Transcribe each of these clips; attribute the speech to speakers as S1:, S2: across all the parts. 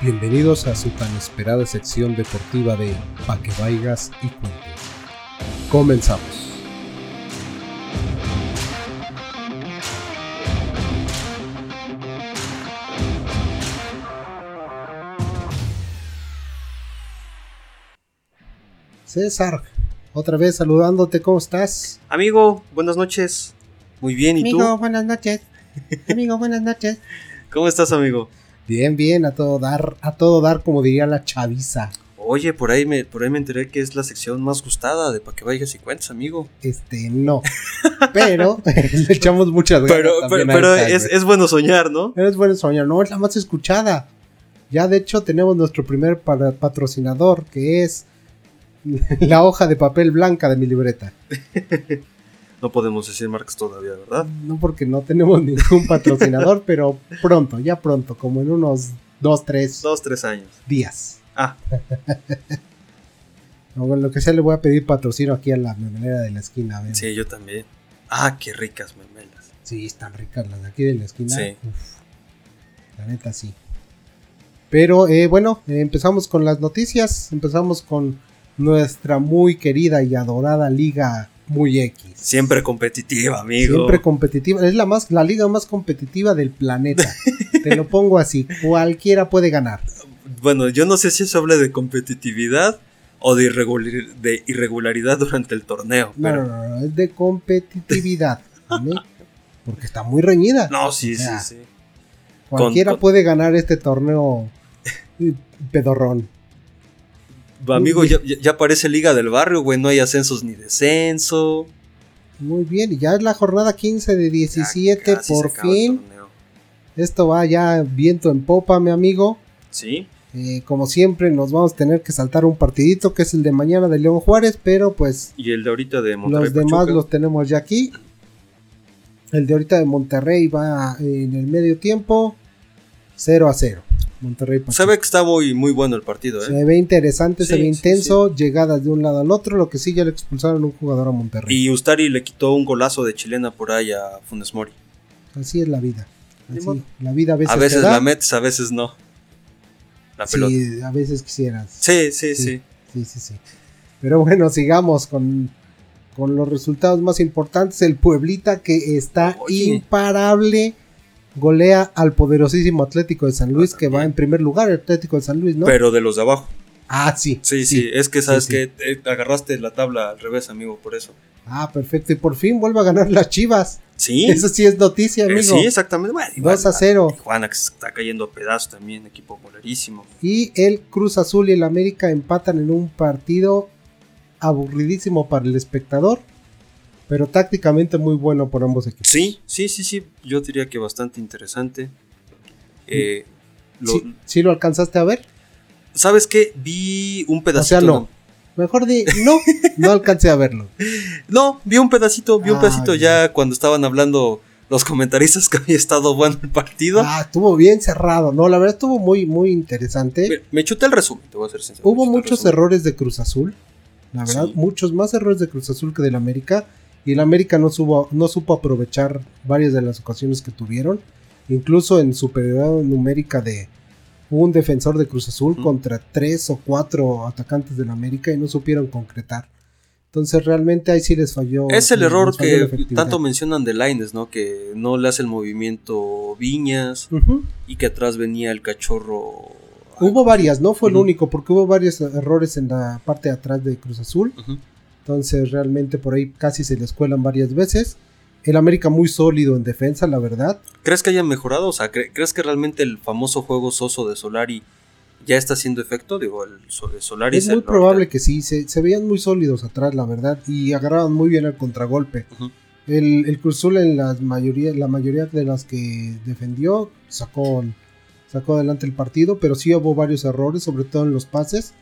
S1: Bienvenidos a su tan esperada sección deportiva de Pa' que vaigas y cuentes. Comenzamos. César, otra vez saludándote, ¿cómo estás?
S2: Amigo, buenas noches. Muy bien, ¿y
S3: Amigo,
S2: tú?
S3: buenas noches. Amigo, buenas noches.
S2: ¿Cómo estás, amigo?
S1: Bien, bien, a todo dar, a todo dar como diría la chaviza.
S2: Oye, por ahí me, por ahí me enteré que es la sección más gustada de Pa' que vayas y cuentes, amigo.
S1: Este, no. Pero le echamos muchas ganas.
S2: Pero, pero,
S1: también a
S2: pero
S1: esta,
S2: es,
S1: güey.
S2: es bueno soñar, ¿no?
S1: Eres buen soñar, no es la más escuchada. Ya de hecho tenemos nuestro primer para- patrocinador, que es la hoja de papel blanca de mi libreta.
S2: No podemos decir marcas todavía, ¿verdad?
S1: No porque no tenemos ningún patrocinador, pero pronto, ya pronto, como en unos dos, tres
S2: Dos, tres años.
S1: días.
S2: Ah,
S1: O en lo que sea, le voy a pedir patrocinio aquí a la memelera de la esquina. a ver.
S2: sí, yo también. Ah, qué ricas memelas.
S1: Sí, están ricas las de aquí de la esquina.
S2: Sí.
S1: Uf, la neta sí. Pero eh, bueno, eh, empezamos con las noticias. Empezamos con nuestra muy querida y adorada Liga Muy X.
S2: Siempre competitiva, amigo.
S1: Siempre competitiva. Es la, más, la liga más competitiva del planeta. Te lo pongo así. Cualquiera puede ganar.
S2: bueno, yo no sé si eso habla de competitividad o de, irregul- de irregularidad durante el torneo.
S1: No,
S2: Pero...
S1: no, no, no, es de competitividad. ¿vale? Porque está muy reñida.
S2: No, sí,
S1: O
S2: sí,
S1: sea,
S2: sí.
S1: Cualquiera
S2: con-
S1: puede ganar este torneo eh, pedorrón.
S2: Amigo, ya, ya- ya parece liga del barrio, güey. No hay ascensos ni descenso.
S1: Muy bien, y ya es la jornada 15 de
S2: Ya
S1: 17,
S2: Ah, casi se
S1: por
S2: acaba el
S1: fin.
S2: torneo.
S1: Esto va ya viento en popa, mi amigo.
S2: Sí,
S1: Eh, como siempre, nos vamos a tener que saltar un partidito que es el de mañana de León Juárez, pero pues
S2: y el de ahorita de Monterrey.
S1: los demás
S2: Pachuca.
S1: los tenemos ya aquí. El de ahorita de Monterrey va eh, en el medio tiempo 0 a 0. Monterrey Pachuca.
S2: Se ve que está muy, muy bueno el partido, ¿eh?
S1: Se ve interesante, se
S2: Sí,
S1: ve
S2: sí,
S1: intenso, llegadas de un lado al otro, lo que sí ya le expulsaron un jugador a Monterrey.
S2: Y Ustari le quitó un golazo de chilena por ahí a Funes Mori.
S1: Así es la vida.
S2: Ni
S1: Así,
S2: modo.
S1: la vida a veces,
S2: A
S1: te
S2: veces
S1: da.
S2: la metes, a veces no. La pelota.
S1: Sí, a veces quisieras.
S2: Sí, sí, sí.
S1: Sí. Sí, sí, sí. Pero bueno, sigamos con, con los resultados más importantes. El Pueblita que está
S2: Oye.
S1: imparable. Golea al poderosísimo Atlético de San Luis, que va en primer lugar, el Atlético de San Luis, ¿no?
S2: Ah, Pero de los de abajo.
S1: ah, sí.
S2: Sí, sí. Es que sabes
S1: sí.
S2: que agarraste la tabla al revés, amigo, por eso.
S1: Ah, perfecto. Y por fin vuelve a ganar las Chivas.
S2: Sí.
S1: Eso sí es noticia,
S2: Eh,
S1: amigo.
S2: sí, exactamente. Bueno, igual
S1: 2 a
S2: la-
S1: 0.
S2: Tijuana que se está cayendo a pedazos también, equipo bolerísimo.
S1: Y el Cruz Azul y el América empatan en un partido aburridísimo para el espectador, pero tácticamente muy bueno por ambos equipos.
S2: Sí, sí, sí, sí. Yo diría que bastante interesante. Eh, lo-
S1: Mm. ¿Sí, sí lo alcanzaste a ver?
S2: ¿Sabes qué? Vi un pedacito.
S1: O sea, no. Mejor di, no, no alcancé a verlo.
S2: No, vi un pedacito, vi un
S1: Ah,
S2: pedacito
S1: ya.
S2: ya cuando estaban hablando los comentaristas que había estado bueno el partido.
S1: Ah, estuvo bien cerrado, no, la verdad estuvo muy, muy interesante.
S2: Me, me chuté el resumen, te voy a ser sincero.
S1: ¿eh? Hubo
S2: me chuté el
S1: muchos
S2: resumen.
S1: errores de Cruz Azul, la verdad,
S2: Este, Sí.
S1: muchos más errores de Cruz Azul que del América. Y el América no, subo- no supo aprovechar varias de las ocasiones que tuvieron, incluso en superioridad numérica de un defensor de Cruz Azul
S2: Ujú.
S1: contra tres o cuatro atacantes del América y no supieron concretar. Entonces realmente ahí sí les falló.
S2: Es el
S1: les
S2: error
S1: falló la
S2: que
S1: efectividad.
S2: tanto mencionan de Lines, ¿no? Que no le hace el movimiento Viñas
S1: Ujú.
S2: y que atrás venía el cachorro.
S1: Hubo varias, no fue el
S2: Ujú.
S1: único, porque hubo varios errores en la parte de atrás de Cruz Azul.
S2: Ujú.
S1: Entonces realmente por ahí casi se les cuelan varias veces. El América muy sólido en defensa, la verdad.
S2: ¿Crees que hayan mejorado? O sea, cre- ¿crees que realmente el famoso juego soso de Solari ya está haciendo efecto? Digo, el, so- el Solari
S1: es muy probable que sí, se, se veían muy sólidos atrás, la verdad, y agarraban muy bien al contragolpe.
S2: Ujú.
S1: El, el Cruz Azul en las mayoría, la mayoría de las que defendió sacó, sacó adelante el partido, pero sí hubo varios errores, sobre todo en los pases,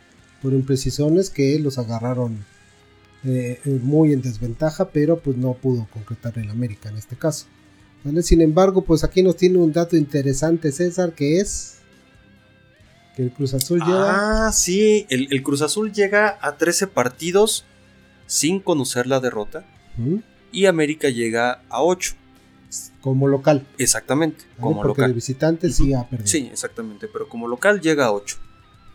S1: por imprecisiones que los agarraron eh, eh, muy en desventaja, pero pues no pudo concretar el América en este caso. ¿Vale? Sin embargo, pues aquí nos tiene un dato interesante César, que es que el Cruz Azul lleva...
S2: Ah, sí, el, el Cruz Azul llega a 13 partidos sin conocer la derrota
S1: ¿Mm?
S2: y América llega a 8.
S1: como local.
S2: Exactamente,
S1: ¿vale?
S2: como
S1: Ah, Porque de
S2: local.
S1: visitante sí ha perdido.
S2: Sí, exactamente, pero como local llega a 8,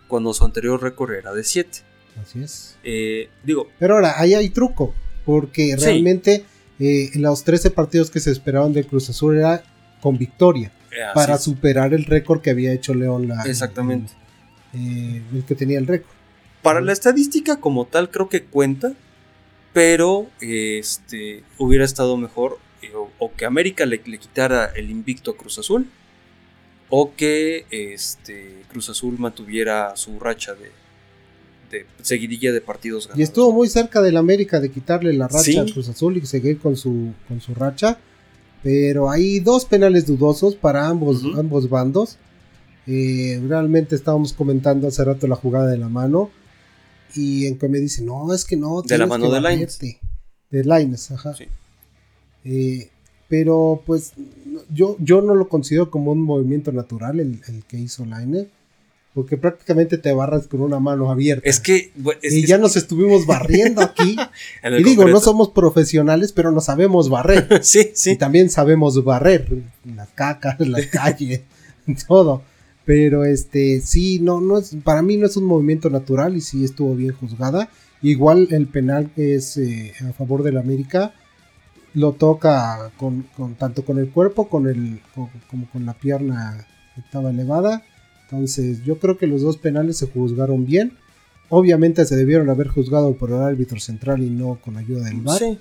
S2: cuando su anterior récord era de 7.
S1: Así es.
S2: Eh, digo,
S1: Pero ahora, ahí hay truco, porque
S2: Sí.
S1: realmente eh, los 13 partidos que se esperaban de Cruz Azul era con victoria,
S2: eh, así
S1: para
S2: es.
S1: superar el récord que había hecho León. la-
S2: Exactamente.
S1: eh, el que tenía el récord.
S2: Para la estadística como tal creo que cuenta, pero este, hubiera estado mejor eh, o, o que América le, le quitara el invicto a Cruz Azul o que este, Cruz Azul mantuviera su racha de, de seguidilla de partidos ganados.
S1: Y estuvo muy cerca del América de quitarle la racha
S2: Sí.
S1: a Cruz Azul y seguir con su, con su racha. Pero hay dos penales dudosos para ambos,
S2: Ujú.
S1: ambos bandos. Eh, realmente estábamos comentando hace rato la jugada de la mano. Y en que me dice, no, es que no.
S2: De
S1: tienes
S2: la mano
S1: que
S2: de Lainez.
S1: barrerte". De Lainez, ajá.
S2: Sí.
S1: Eh, pero pues no- yo, yo no lo considero como un movimiento natural el, el que hizo Lainez. Porque prácticamente te barras con una mano abierta.
S2: Es que... bueno, es-
S1: y
S2: es-
S1: ya nos estuvimos barriendo aquí.
S2: en el
S1: Y digo, no
S2: concreto.
S1: somos profesionales, pero no sabemos barrer.
S2: Sí,
S1: Y
S2: sí.
S1: también sabemos barrer. La caca, la calle, todo. Pero este, sí, no, no es, para mí no es un movimiento natural y sí estuvo bien juzgada. Igual el penal que es eh, a favor del América lo toca con, con- tanto con el cuerpo con el, con- como con la pierna que estaba elevada. Entonces yo creo que los dos penales se juzgaron bien. Obviamente se debieron haber juzgado por el árbitro central y no con ayuda del VAR.
S2: Sí.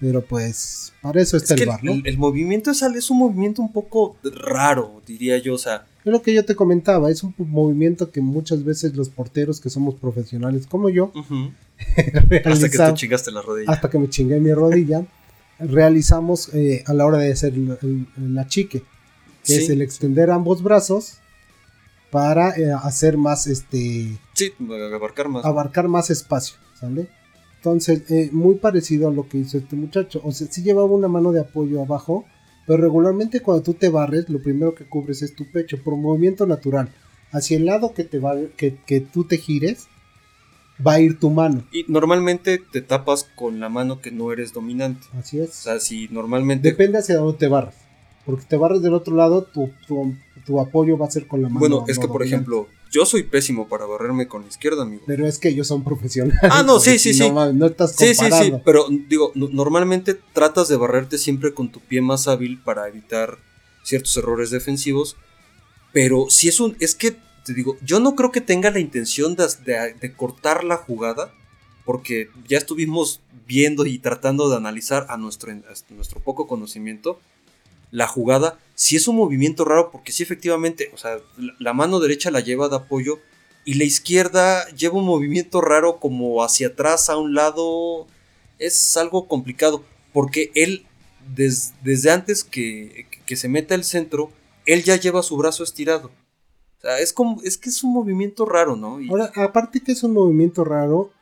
S1: Pero pues para eso
S2: Es
S1: está
S2: que
S1: el
S2: el,
S1: bar, ¿no?
S2: el- el movimiento es, al- es un movimiento un poco raro, diría yo. O sea,
S1: Es lo que yo te comentaba, es un pu- movimiento que muchas veces los porteros que somos profesionales como yo,
S2: ujú, hasta que te
S1: realizamos,
S2: chingaste la rodilla.
S1: hasta que me chingué mi rodilla, realizamos eh, a la hora de hacer el, el- el achique, que
S2: Sí,
S1: es el extender ambos brazos para eh, hacer más, este,
S2: sí, abarcar más.
S1: abarcar más espacio, ¿sale? Entonces, eh, muy parecido a lo que hizo este muchacho. O sea, sí llevaba una mano de apoyo abajo, pero regularmente cuando tú te barres, lo primero que cubres es tu pecho por movimiento natural. Hacia el lado que, te va, que, que tú te gires, va a ir tu mano.
S2: Y normalmente te tapas con la mano que no eres dominante.
S1: Así
S2: O
S1: es.
S2: sea, si normalmente.
S1: Depende hacia dónde te barras. Porque te barres del otro lado, tu, tu- tu apoyo va a ser con la mano.
S2: bueno, es
S1: no
S2: que por
S1: dominante.
S2: ejemplo, yo soy pésimo para barrerme con la izquierda, amigo.
S1: Pero es que ellos son profesionales.
S2: Ah, no, sí,
S1: güey,
S2: sí,
S1: y
S2: sí.
S1: No, mames, no estás
S2: Sí, sí,
S1: comparando.
S2: sí, pero digo, no- normalmente tratas de barrerte siempre con tu pie más hábil para evitar ciertos errores defensivos, pero si es un, es que, te digo, yo no creo que tenga la intención de, de- de cortar la jugada, porque ya estuvimos viendo y tratando de analizar a nuestro, a nuestro poco conocimiento la jugada, si es un movimiento raro, porque sí efectivamente, o sea, la- la mano derecha la lleva de apoyo, y la izquierda lleva un movimiento raro como hacia atrás, a un lado. Es algo complicado. Porque él, des- desde antes que, que se meta el centro, él ya lleva su brazo estirado. O sea, es, como, es que es un movimiento raro, ¿no? Y-
S1: Ahora, aparte que es un movimiento raro,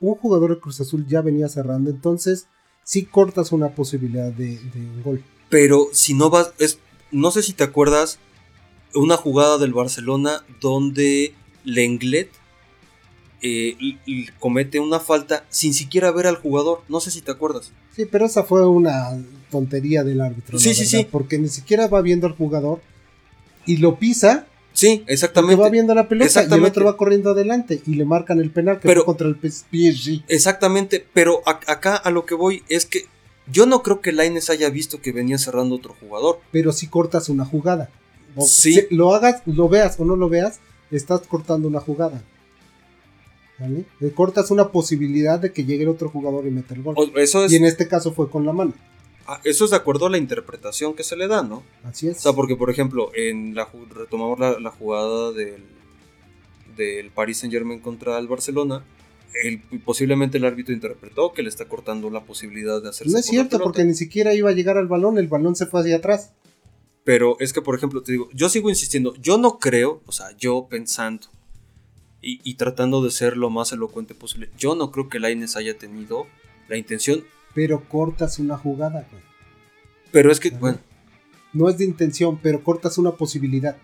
S1: un jugador de Cruz Azul ya venía cerrando, entonces sí cortas una posibilidad de, de un gol.
S2: pero si no vas. Es, no sé si te acuerdas una jugada del Barcelona donde Lenglet eh, l- l- comete una falta sin siquiera ver al jugador. No sé si te acuerdas.
S1: Sí, pero esa fue una tontería del árbitro. la
S2: Sí, sí,
S1: verdad,
S2: sí.
S1: Porque ni siquiera va viendo al jugador y lo pisa,
S2: Sí,
S1: que va
S2: exactamente.
S1: viendo la pelota y el
S2: Exactamente.
S1: otro va corriendo adelante y le marcan el penal que
S2: Pero-
S1: fue contra el PSG.
S2: Exactamente, pero a- acá a lo que voy es que yo no creo que Laines haya visto que venía cerrando otro jugador.
S1: Pero si cortas una jugada. O
S2: Sí.
S1: si lo hagas, lo veas o no lo veas, estás cortando una jugada. ¿Vale? Le cortas una posibilidad de que llegue el otro jugador y meta el gol.
S2: O- Eso es,
S1: Y en este caso fue con la mano.
S2: ah, eso es de acuerdo a la interpretación que se le da, ¿no?
S1: Así
S2: O
S1: es.
S2: sea, porque por ejemplo, en la ju- retomamos la, la jugada del, del Paris Saint Germain contra el Barcelona. el- posiblemente el árbitro interpretó que le está cortando la posibilidad de hacerse
S1: No es
S2: con la
S1: cierto,
S2: pelota.
S1: porque ni siquiera iba a llegar al balón, el balón se fue hacia atrás.
S2: Pero es que, por ejemplo, te digo, yo sigo insistiendo, yo no creo, o sea, yo pensando y, y tratando de ser lo más elocuente posible, yo no creo que Laines haya tenido la intención,
S1: Pero cortas una jugada, güey.
S2: pero es que,
S1: Ajá.
S2: bueno,
S1: No es de intención, pero cortas una posibilidad.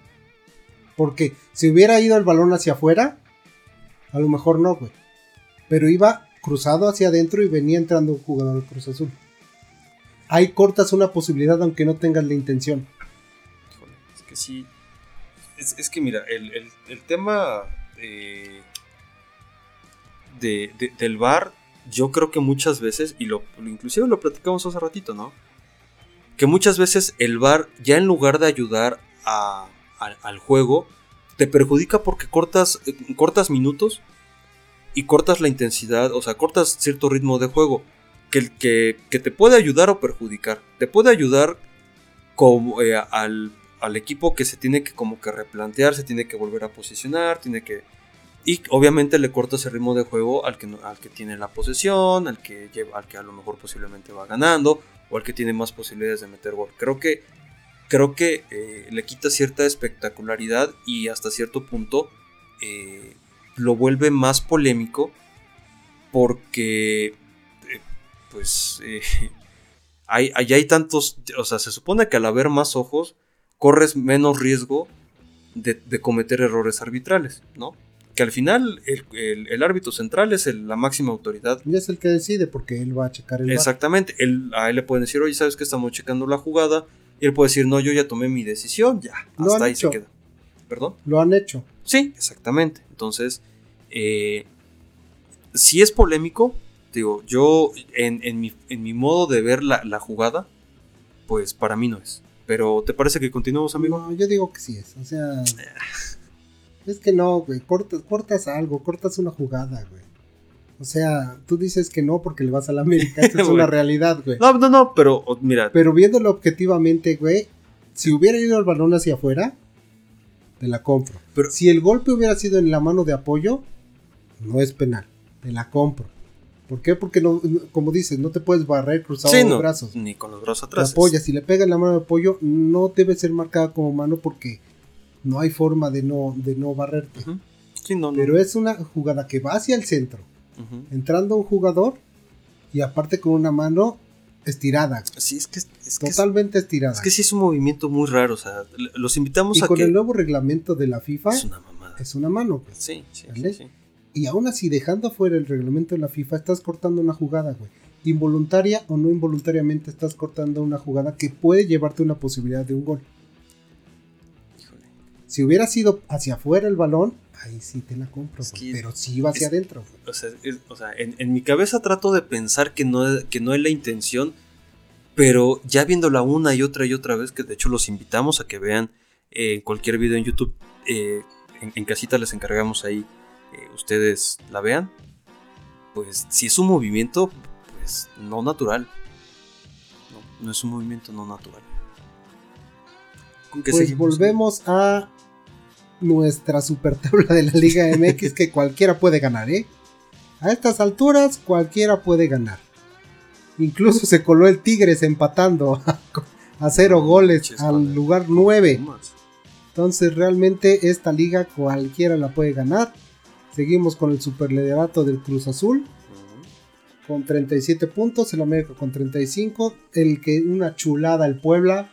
S1: Porque si hubiera ido el balón hacia afuera, a lo mejor no, güey. Pero iba cruzado hacia adentro y venía entrando un jugador del Cruz Azul. ahí cortas una posibilidad aunque no tengas la intención.
S2: Híjole, es que sí. Es, es que mira, el, el- el tema eh, de- de- del bar, yo creo que muchas veces, y lo inclusive lo platicamos hace ratito, ¿no? Que muchas veces el bar, ya en lugar de ayudar a- a- al juego, te perjudica porque cortas, eh, cortas minutos y cortas la intensidad, o sea, cortas cierto ritmo de juego que, que- que te puede ayudar o perjudicar. Te puede ayudar como, eh, al, al equipo que se tiene que como que replantear, se tiene que volver a posicionar, tiene que... Y obviamente le cortas el ritmo de juego al que, no- al que tiene la posesión, al que, lleva, al que a lo mejor posiblemente va ganando o al que tiene más posibilidades de meter gol. Creo que, creo que eh, le quita cierta espectacularidad y hasta cierto punto eh, lo vuelve más polémico porque eh, pues eh, hay, hay, hay tantos, o sea, se supone que al haber más ojos, corres menos riesgo de, de cometer errores arbitrales, ¿no? Que al final el, el- el árbitro central es el- la máxima autoridad.
S1: Y es el que decide porque él va a checar el VAR.
S2: Exactamente, él, a él le pueden decir, oye, ¿sabes que estamos checando la jugada? Y él puede decir, no, yo ya tomé mi decisión, ya,
S1: Lo
S2: hasta
S1: han
S2: ahí
S1: hecho.
S2: se queda. ¿Perdón?
S1: Lo han hecho.
S2: Sí, exactamente. Entonces, eh, si es polémico, digo, yo en, en mi, en mi modo de ver la, la jugada, pues para mí no es. Pero ¿te parece que continuamos, amigo?
S1: No, yo digo que sí es. O sea. Es que no, güey. Cortas, cortas algo, cortas una jugada, güey. O sea, tú dices que no porque le vas a la América. Esa es una
S2: Bueno.
S1: realidad, güey.
S2: No, no, no, pero o- mira,
S1: Pero viéndolo objetivamente, güey, si hubiera ido el balón hacia afuera, te la compro.
S2: Pero-
S1: si el golpe hubiera sido en la mano de apoyo, no es penal. Te la compro. ¿Por qué? Porque, no, no- como dices, no te puedes barrer cruzado
S2: sí,
S1: los
S2: no,
S1: brazos.
S2: ni con los brazos
S1: Te
S2: atrás.
S1: apoya. Si le pega en la mano de apoyo, no debe ser marcada como mano porque no hay forma de no, de no barrerte.
S2: Ujú. Sí, no, no.
S1: Pero es una jugada que va hacia el centro,
S2: Ujú.
S1: entrando un jugador y aparte con una mano estirada.
S2: Sí, es que, es, que es,
S1: Totalmente estirada.
S2: es que sí es un movimiento muy raro. O sea, l- los invitamos
S1: Y
S2: a
S1: con
S2: que.
S1: el nuevo reglamento de la FIFA
S2: Es una mamada.
S1: es una mano. güey.
S2: Sí, sí, sí,
S1: ¿Vale?
S2: sí.
S1: Y aún así, dejando fuera el reglamento de la FIFA, estás cortando una jugada, güey. Involuntaria o no involuntariamente estás cortando una jugada que puede llevarte una posibilidad de un gol.
S2: Híjole.
S1: Si hubiera sido hacia afuera el balón, ahí sí te la compro,
S2: Es
S1: güey,
S2: que-
S1: pero sí va hacia
S2: es-
S1: adentro. güey.
S2: O sea, es- o sea, en, en mi cabeza trato de pensar que no, que no es la intención, pero ya viéndola una y otra y otra vez, que de hecho los invitamos a que vean eh, cualquier video en YouTube, eh, en, en casita les encargamos ahí, eh, ustedes la vean, pues si es un movimiento, pues no natural. No, no es un movimiento no natural. ¿Con qué
S1: Pues
S2: seguimos?
S1: volvemos a nuestra super tabla de la Liga MX que cualquiera puede ganar, ¿eh? A estas alturas cualquiera puede ganar. Incluso se coló el Tigres empatando a, a cero goles
S2: Manches,
S1: al
S2: madre.
S1: lugar 9.
S2: Pumas.
S1: Entonces realmente esta liga cualquiera la puede ganar. Seguimos con el superliderato del Cruz Azul
S2: Ujú.
S1: con 37 puntos, el América con 35, el que una chulada el Puebla.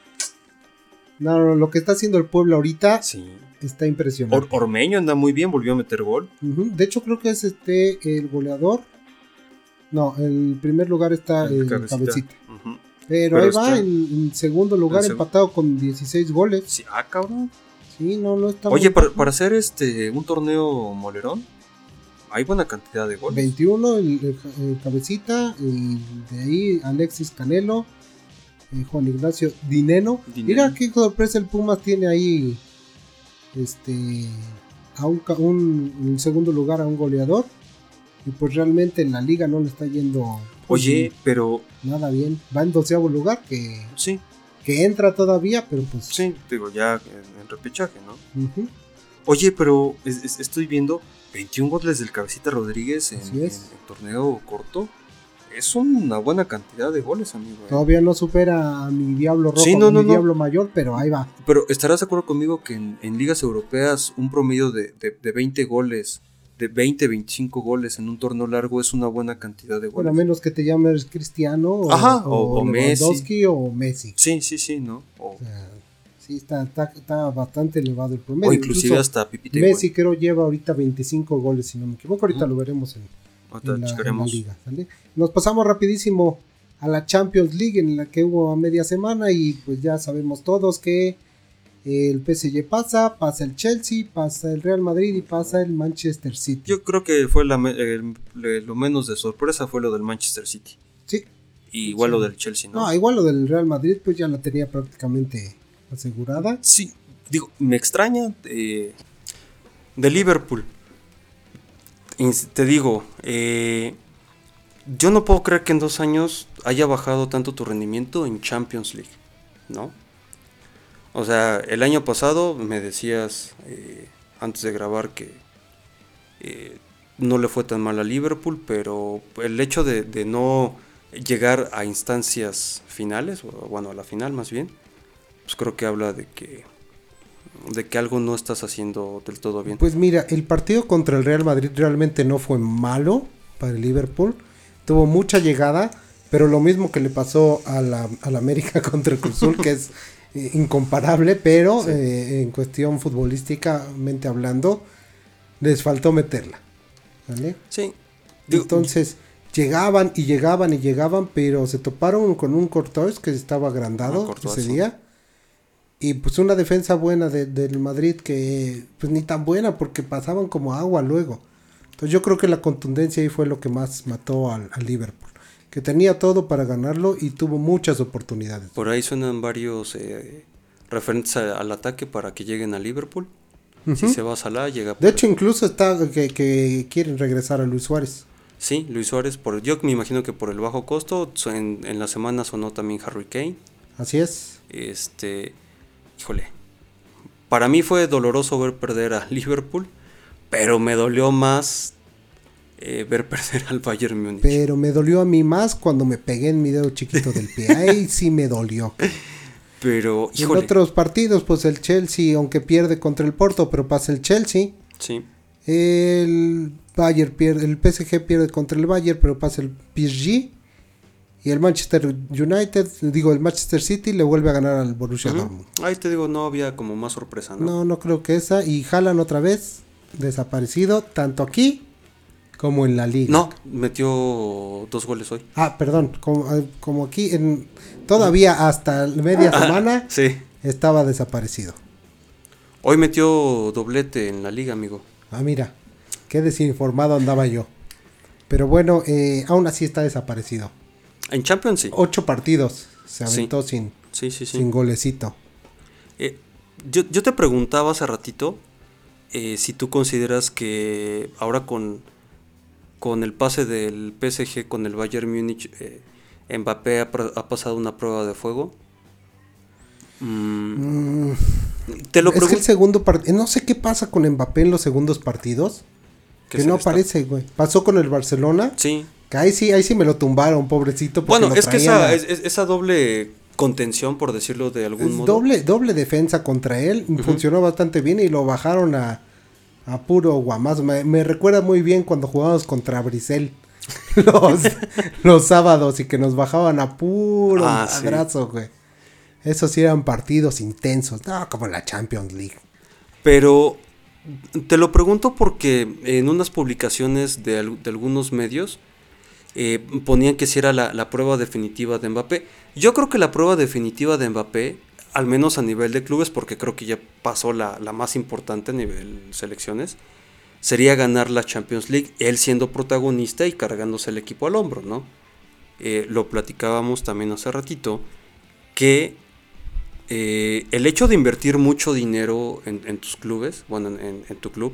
S1: No, no, lo que está haciendo el Puebla ahorita
S2: Sí.
S1: Está impresionante.
S2: Or- Ormeño anda muy bien, volvió a meter gol.
S1: Ujú. De hecho, creo que es este el goleador. No, en primer lugar está el, cabecita.
S2: Ujú.
S1: Pero,
S2: Pero
S1: ahí va
S2: está-
S1: en, en segundo lugar,
S2: en seg-
S1: empatado con 16 goles.
S2: Sí, ah, cabrón.
S1: Sí, no, no está.
S2: Oye,
S1: muy-
S2: para, para hacer este un torneo molerón, hay buena cantidad de goles.
S1: 21 el, el- el cabecita. Y de ahí Alexis Canelo. eh, Juan Ignacio Dineno.
S2: Dineno.
S1: Mira qué sorpresa el Pumas tiene ahí. Este. A un, ca- un- en segundo lugar a un goleador. Y pues realmente en la liga no le está yendo. pues,
S2: Oye, pero
S1: nada bien. Va en doceavo lugar, que,
S2: sí,
S1: que entra todavía, pero pues.
S2: sí, digo, ya en, en repechaje, ¿no?
S1: ujú,
S2: Oye, pero es- es- estoy viendo 21 goles del Cabecita Rodríguez en,
S1: Así es.
S2: en el torneo corto. Es una buena cantidad de goles, amigo. ¿eh?
S1: Todavía no supera a mi Diablo Rojo,
S2: Sí, no,
S1: a mi
S2: no, no.
S1: Diablo Mayor, pero ahí va.
S2: Pero estarás de acuerdo conmigo que en, en ligas europeas un promedio de, de, de 20 goles, de 20, 25 goles en un torneo largo es una buena cantidad de
S1: Bueno,
S2: goles.
S1: a menos que te llames Cristiano o,
S2: Ajá, o- o
S1: Lewandowski o Messi.
S2: Sí, sí, sí, ¿no? O,
S1: O sea, sí, está, está, está bastante elevado el
S2: o
S1: promedio.
S2: inclusive
S1: Incluso
S2: hasta Pipita
S1: Messi creo lleva ahorita 25 goles, si no me equivoco. Ahorita
S2: Ujú.
S1: lo veremos en, en
S2: Ahorita
S1: la, en la
S2: checaremos.
S1: liga. ¿sale? Nos pasamos rapidísimo a la Champions League en la que hubo a media semana y pues ya sabemos todos que eh, el PSG pasa, pasa el Chelsea, pasa el Real Madrid y pasa el Manchester City.
S2: Yo creo que fue la me- el- le- lo menos de sorpresa fue lo del Manchester City.
S1: Sí.
S2: Y igual
S1: Sí.
S2: lo del Chelsea, ¿no?
S1: No, igual lo del Real Madrid pues ya la tenía prácticamente asegurada.
S2: Sí, digo, me extraña eh, de Liverpool. Ins- Te digo, eh, yo no puedo creer que en dos años haya bajado tanto tu rendimiento en Champions League, ¿no? O sea, el año pasado me decías eh, antes de grabar que eh, no le fue tan mal a Liverpool, pero el hecho de, de no llegar a instancias finales, o bueno, a la final más bien, pues creo que habla de que de que algo no estás haciendo del todo bien.
S1: Pues mira, el partido contra el Real Madrid realmente no fue malo para el Liverpool. Tuvo mucha llegada, pero lo mismo que le pasó a la, a la América contra el Cruz Azul, que es eh, incomparable, pero eh, en cuestión futbolísticamente hablando, les faltó meterla. ¿Vale?
S2: sí. Digo,
S1: Entonces, llegaban y llegaban y llegaban, pero se toparon con un Cortois que estaba agrandado
S2: Ah, Courtois,
S1: ese
S2: sí.
S1: día. Y pues una defensa buena de- del Madrid que pues ni tan buena porque pasaban como agua luego. Entonces yo creo que la contundencia ahí fue lo que más mató al, al Liverpool. Que tenía todo para ganarlo y tuvo muchas oportunidades.
S2: por ahí suenan varios eh, referentes a- al ataque para que lleguen a Liverpool. Si se va a Salah, llega
S1: De
S2: por-
S1: hecho incluso está que, que quieren regresar a Luis Suárez.
S2: Sí, Luis Suárez por yo me imagino que por el bajo costo, so- en, en la semana sonó también Harry Kane.
S1: Así es.
S2: Este, híjole. Para mí fue doloroso ver perder a Liverpool, pero me dolió más eh, ver perder al Bayern Múnich.
S1: Pero me dolió a mí más cuando me pegué en mi dedo chiquito del pie. Ahí sí me dolió.
S2: pero
S1: Y en
S2: híjole.
S1: otros partidos, pues el Chelsea, aunque pierde contra el Porto, pero pasa el Chelsea.
S2: Sí.
S1: El Bayern pierde, el PSG pierde contra el Bayern, pero pasa el PSG. Y el Manchester United, digo, el Manchester City le vuelve a ganar al Borussia Dortmund.
S2: Ahí te digo, no había como más sorpresa, ¿no?
S1: No, no creo que esa. Y Jalan otra vez, desaparecido, tanto aquí como en la liga.
S2: No, metió dos goles hoy.
S1: Ah, perdón, como, como aquí, en, todavía hasta media
S2: Ah.
S1: semana
S2: Sí.
S1: estaba desaparecido.
S2: Hoy metió doblete en la liga, amigo.
S1: Ah, mira, qué desinformado andaba yo. Pero bueno, eh, aún así está desaparecido.
S2: En Champions sí.
S1: Ocho partidos se
S2: Sí.
S1: aventó sin,
S2: Sí, sí, sí.
S1: Oh, sin golecito.
S2: Eh, yo, yo te preguntaba hace ratito eh, si tú consideras que ahora con, con el pase del PSG con el Bayern Múnich, eh, Mbappé ha, pra- ha pasado una prueba de fuego. Mm. Te lo
S1: es que el
S2: pregunto.
S1: segundo partido, no sé qué pasa con Mbappé en los segundos partidos. Que,
S2: se
S1: no
S2: le está-
S1: aparece, güey. Pasó con el Barcelona.
S2: Sí,
S1: Que ahí sí, ahí sí me lo tumbaron, pobrecito. porque
S2: Bueno,
S1: lo
S2: es que
S1: traían
S2: esa,
S1: a-
S2: es- es- esa doble contención, por decirlo de algún
S1: es
S2: modo.
S1: doble, doble defensa contra él. Funcionó bastante bien y lo bajaron a, a puro guamazo. Me, me recuerda muy bien cuando jugábamos contra Brisel los, los sábados y que nos bajaban a puro
S2: Ah, sí.
S1: madrazo, güey. Esos sí eran partidos intensos. No, como la Champions League.
S2: Pero te lo pregunto porque en unas publicaciones de, al- de algunos medios eh, ponían que si era la, la prueba definitiva de Mbappé. Yo creo que la prueba definitiva de Mbappé, al menos a nivel de clubes, porque creo que ya pasó la, la más importante a nivel selecciones, sería ganar la Champions League, él siendo protagonista y cargándose el equipo al hombro, ¿no? Eh, lo platicábamos también hace ratito, que eh, el hecho de invertir mucho dinero en, en tus clubes, bueno, en, en- en tu club,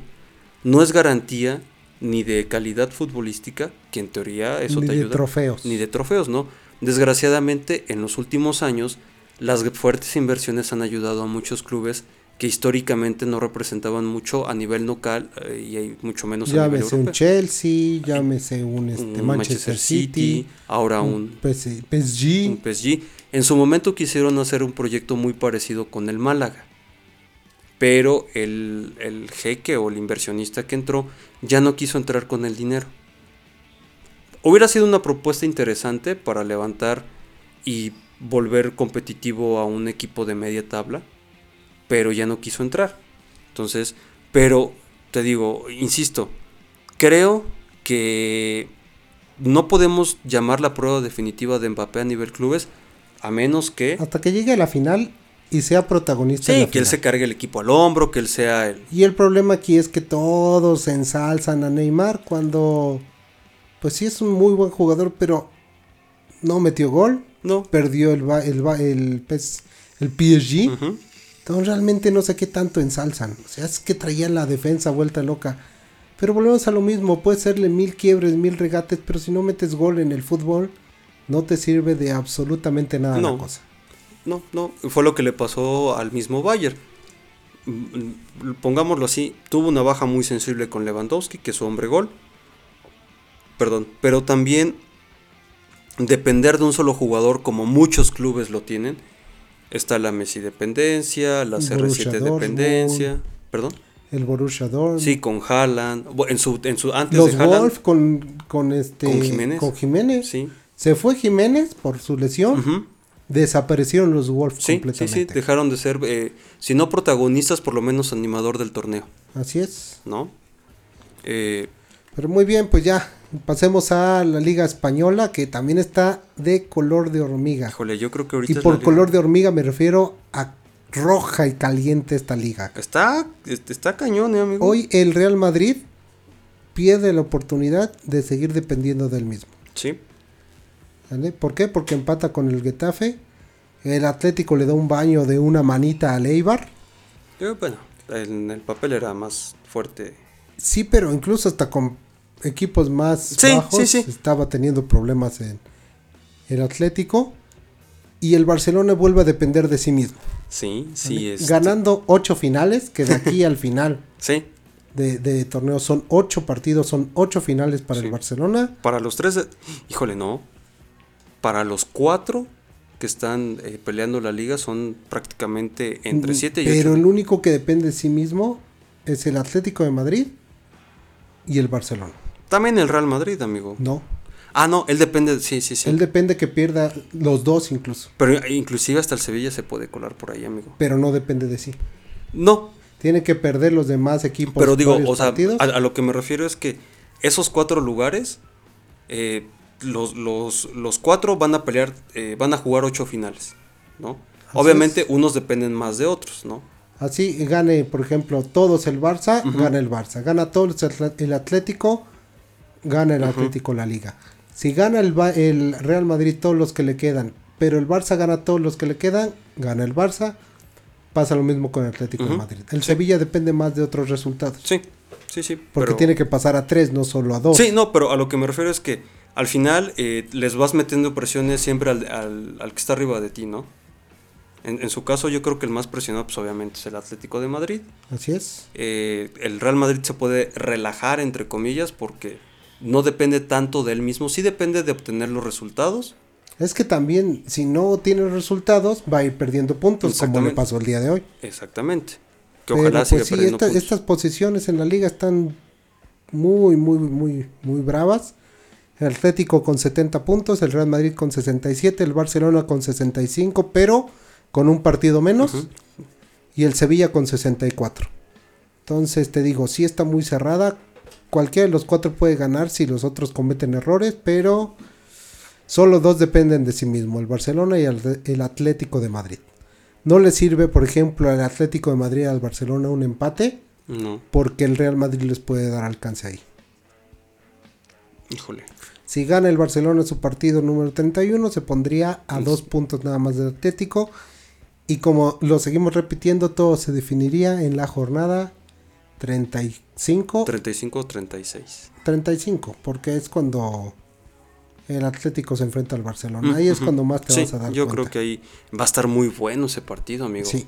S2: no es garantía ni de calidad futbolística, que en teoría eso
S1: ni
S2: te
S1: de
S2: ayuda
S1: trofeos.
S2: ni de trofeos, ¿no? Desgraciadamente, en los últimos años, las fuertes inversiones han ayudado a muchos clubes que históricamente no representaban mucho a nivel local eh, y hay mucho menos a nivel
S1: llámese un
S2: europeo.
S1: Chelsea, llámese un, este,
S2: Un
S1: Manchester, City,
S2: ahora un,
S1: PS- PSG.
S2: un PSG. En su momento quisieron hacer un proyecto muy parecido con el Málaga. Pero el, el jeque o el inversionista que entró ya no quiso entrar con el dinero. Hubiera sido una propuesta interesante para levantar y volver competitivo a un equipo de media tabla, pero ya no quiso entrar. Entonces, pero te digo, insisto, creo que no podemos llamar la prueba definitiva de Mbappé a nivel clubes a menos que
S1: Hasta que llegue a la final y sea protagonista. en
S2: sí,
S1: la
S2: que él
S1: final.
S2: se cargue el equipo al hombro, que él sea el
S1: Y el problema aquí es que todos ensalzan a Neymar cuando, pues sí es un muy buen jugador, pero no metió gol,
S2: no.
S1: perdió el, ba- el, ba- el, PS el PSG.
S2: Ujú.
S1: Entonces realmente no sé qué tanto ensalzan. O sea, es que traían la defensa vuelta loca. Pero volvemos a lo mismo, puede serle mil quiebres, mil regates, pero si no metes gol en el fútbol, no te sirve de absolutamente nada
S2: No.
S1: la cosa.
S2: No, no, fue lo que le pasó al mismo Bayern. Mm, Pongámoslo así, tuvo una baja muy sensible con Lewandowski, que es su hombre gol. Perdón, pero también depender de un solo jugador, como muchos clubes lo tienen, está la Messi dependencia, la
S1: Borussia
S2: CR7
S1: Dortmund.
S2: dependencia, perdón.
S1: El Borussia Dortmund,
S2: Sí, con Haaland, bu- en su, en su antes
S1: los
S2: de Haaland,
S1: Wolf ¿eh? con, con este
S2: Con Jiménez.
S1: con Jiménez.
S2: sí.
S1: Se fue Jiménez por su lesión,
S2: ujú.
S1: desaparecieron los Wolf
S2: Sí, sí,
S1: completamente.
S2: sí, dejaron de ser, eh, si no protagonistas, por lo menos animador del torneo.
S1: Así es.
S2: ¿no? Eh,
S1: Pero muy bien, pues ya pasemos a la Liga española que también está de color de hormiga.
S2: híjole, yo creo que
S1: Y
S2: ahorita. es
S1: por
S2: la
S1: color de hormiga me refiero a roja y caliente esta liga.
S2: liga- Está, este, está cañón, ¿eh, amigo?
S1: Hoy el Real Madrid pierde la oportunidad de seguir dependiendo del mismo.
S2: Sí.
S1: ¿sale? ¿Por qué? Porque empata con el Getafe. El Atlético le da un baño de una manita al Eibar.
S2: Yo, bueno, en el papel era más fuerte.
S1: Sí, pero incluso hasta con equipos más
S2: Sí,
S1: bajos
S2: sí, sí.
S1: estaba teniendo problemas en el Atlético. Y el Barcelona vuelve a depender de sí mismo.
S2: Sí, sí, es.
S1: Ganando ocho finales, que de aquí al final
S2: Sí.
S1: de, de torneo son ocho partidos, son ocho finales para
S2: Sí.
S1: el Barcelona.
S2: Para los tres. eh, Híjole, no. Para los cuatro que están eh, peleando la liga son prácticamente entre
S1: Mm,
S2: siete y
S1: Pero
S2: ocho.
S1: el único que depende de sí mismo es el Atlético de Madrid y el Barcelona.
S2: También el Real Madrid, amigo.
S1: No,
S2: Ah, no, él depende. Sí, sí, sí.
S1: él depende que pierda los dos incluso,
S2: Pero eh, inclusive hasta el Sevilla se puede colar por ahí, amigo.
S1: pero no depende de sí.
S2: No,
S1: Tiene que perder los demás equipos.
S2: Pero digo,
S1: varios
S2: o sea,
S1: partidos.
S2: a, a lo que me refiero es que esos cuatro lugares, eh, los, los, los cuatro van a pelear, eh, van a jugar ocho finales, ¿no? Obviamente unos dependen más de otros, ¿no?
S1: Así gane, por ejemplo, todos el Barça,
S2: Ujú.
S1: gana el Barça. Gana todos el Atl- el Atlético, gana el Atlético la liga. Si gana el, Ba- el Real Madrid todos los que le quedan, pero el Barça gana todos los que le quedan, gana el Barça. Pasa lo mismo con el Atlético de
S2: Ujú.
S1: Madrid. El Sevilla depende más de otros resultados.
S2: Sí, sí, sí.
S1: Porque
S2: pero-
S1: tiene que pasar a tres, no solo a dos.
S2: Sí, no, pero a lo que me refiero es que al final eh, les vas metiendo presiones siempre al, al- al que está arriba de ti, ¿no? En, en su caso yo creo que el más presionado pues obviamente es el Atlético de Madrid.
S1: Así es.
S2: eh, el Real Madrid se puede relajar, entre comillas, porque no depende tanto de él mismo, sí depende de obtener los resultados.
S1: Es que también, si no tiene resultados, va a ir perdiendo puntos, como le
S2: Exactamente.
S1: pasó el día de hoy.
S2: Exactamente. Que
S1: Pero,
S2: ojalá siga
S1: pues, sí,
S2: perdiendo
S1: esta-
S2: puntos.
S1: estas posiciones en la liga están muy, muy, muy, muy bravas. El Atlético con 70 puntos, el Real Madrid con 67, el Barcelona con 65, pero con un partido menos.
S2: Ujú.
S1: Y el Sevilla con 64. Entonces te digo, sí está muy cerrada. Cualquiera de los cuatro puede ganar si los otros cometen errores, pero solo dos dependen de sí mismo, el Barcelona y el, el Atlético de Madrid. No le sirve, por ejemplo, al Atlético de Madrid al Barcelona un empate
S2: No,
S1: porque el Real Madrid les puede dar alcance ahí.
S2: híjole.
S1: Si gana el Barcelona su partido número 31, se pondría a dos puntos nada más del Atlético. Y como lo seguimos repitiendo, todo se definiría en la jornada 35.
S2: 35 36.
S1: 35, porque es cuando el Atlético se enfrenta al Barcelona.
S2: Mm,
S1: Ahí es
S2: ujú.
S1: cuando más te
S2: Sí,
S1: vas a dar
S2: yo
S1: cuenta.
S2: creo que ahí va a estar muy bueno ese partido, amigo.
S1: Sí.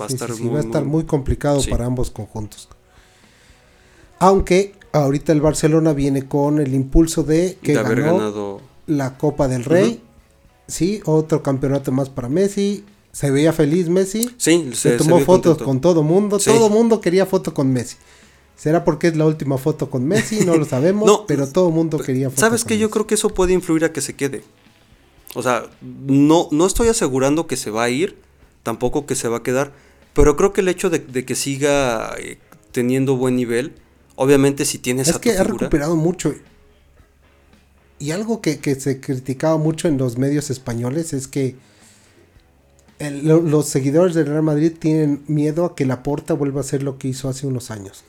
S2: Va a
S1: Sí, sí,
S2: estar
S1: sí,
S2: muy,
S1: va a estar muy complicado
S2: sí.
S1: para ambos conjuntos. Aunque ahorita el Barcelona viene con el impulso de que
S2: de haber
S1: ganó
S2: ganado.
S1: la Copa del Rey. Sí, otro campeonato más para Messi. Se veía feliz Messi.
S2: Sí, se,
S1: Se,
S2: se
S1: tomó
S2: vio
S1: fotos
S2: contento.
S1: con todo mundo.
S2: Sí.
S1: Todo mundo quería foto con Messi. ¿Será porque es la última foto con Messi? No lo sabemos,
S2: No,
S1: pero todo mundo quería foto
S2: ¿Sabes
S1: con
S2: qué? Yo
S1: Messi.
S2: creo que eso puede influir a que se quede. O sea, no, no estoy asegurando que se va a ir, tampoco que se va a quedar, pero creo que el hecho de, de que siga eh, teniendo buen nivel, obviamente si tienes
S1: Es
S2: a tu
S1: que ha
S2: figura-
S1: recuperado mucho. Y algo que, que se criticaba mucho en los medios españoles es que el- lo- los seguidores del Real Madrid tienen miedo a que Laporta vuelva a hacer lo que hizo hace unos años.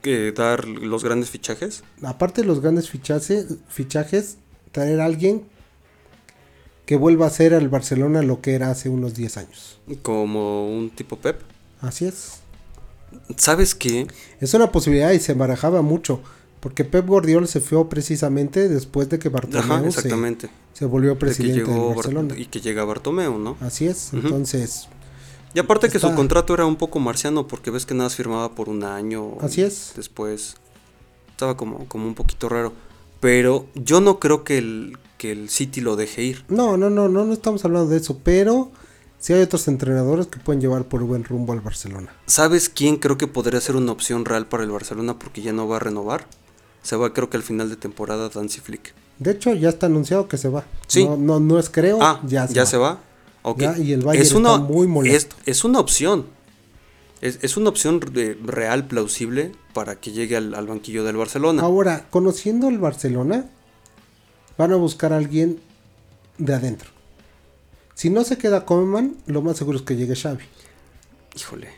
S2: que dar los grandes fichajes.
S1: Aparte de los grandes fichajes, fichajes traer a alguien que vuelva a hacer al Barcelona lo que era hace unos 10 años.
S2: Como un tipo Pep.
S1: Así es.
S2: ¿Sabes qué?
S1: Es una posibilidad y se barajaba mucho. Porque Pep Guardiola se fue precisamente después de que
S2: Ajá,
S1: Bartomeu se,
S2: exactamente.
S1: se volvió
S2: De que
S1: presidente de
S2: llegó Bar-
S1: Barcelona.
S2: y que llega Bartomeu, ¿no?
S1: Así es.
S2: Ujú.
S1: Entonces,
S2: Y aparte que su
S1: Está-
S2: contrato era un poco marciano porque ves que nada más firmaba por un año.
S1: Así
S2: y
S1: es.
S2: Después estaba como, como un poquito raro. Pero yo no creo que el, que el City lo deje ir.
S1: no, no, no, no, no estamos hablando de eso. Pero sí hay otros entrenadores que pueden llevar por buen rumbo al Barcelona.
S2: ¿Sabes quién creo que podría ser una opción real para el Barcelona porque ya no va a renovar? Se va creo que al final de temporada Dancy Flick.
S1: De hecho, ya está anunciado que se va.
S2: Sí.
S1: No, no, no es creo.
S2: Ah,
S1: ya se va.
S2: Ok.
S1: Ya, y el Bayern
S2: es una,
S1: está muy molesto.
S2: Es, es una opción. Es, es una opción de- real, plausible, para que llegue al, al banquillo del Barcelona.
S1: Ahora, conociendo el Barcelona, van a buscar a alguien de adentro. Si no se queda Coman, lo más seguro es que llegue Xavi.
S2: Híjole.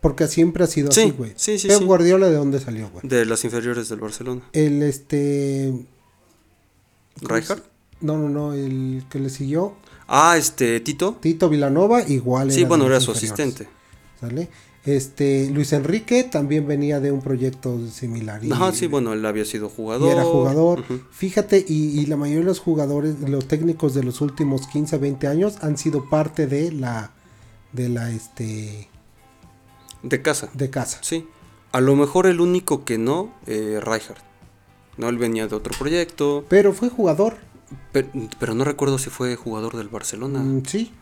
S1: Porque siempre ha sido
S2: Sí,
S1: así, güey.
S2: sí, sí,
S1: Pep
S2: sí.
S1: Guardiola, ¿de dónde salió, güey?
S2: De las inferiores del Barcelona.
S1: El este.
S2: ¿Rijkaard?
S1: Pues, No, no, no. El que le siguió,
S2: Ah, este, Tito.
S1: Tito Vilanova, igual.
S2: Sí,
S1: de
S2: bueno,
S1: los
S2: era su
S1: inferiores,
S2: asistente.
S1: ¿Sale? Este, Luis Enrique también venía de un proyecto similar. y-
S2: Ajá, sí, bueno, él había sido
S1: Y
S2: jugador.
S1: era jugador.
S2: Ujú.
S1: Fíjate, y, y la mayoría de los jugadores, los técnicos de los últimos 15, 20 años han sido parte de la de la este
S2: De casa.
S1: de casa.
S2: Sí. A lo mejor el único que no, eh, Rijkaard. No, él venía de otro proyecto.
S1: Pero fue jugador.
S2: Pero, pero no recuerdo si fue jugador del Barcelona.
S1: Mm, sí.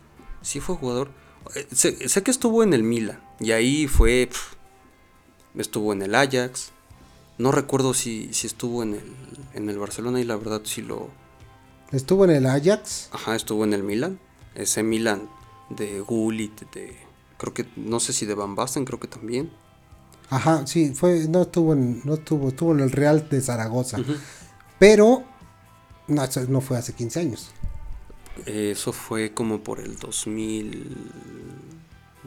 S2: Sí fue jugador. Eh, Sé, sé que estuvo en el Milan. Y ahí fue. pf, estuvo en el Ajax. No recuerdo si, si estuvo en el, en el Barcelona. Y la verdad sí lo.
S1: Estuvo en el Ajax.
S2: Ajá, estuvo en el Milan. Ese Milan de Gullit, de. Creo que. No sé si de Van Basten, creo que también.
S1: Ajá, sí, fue, no estuvo en, no estuvo, estuvo en el Real de Zaragoza. Pero no, eso no fue hace 15 años.
S2: Eh, Eso fue como por el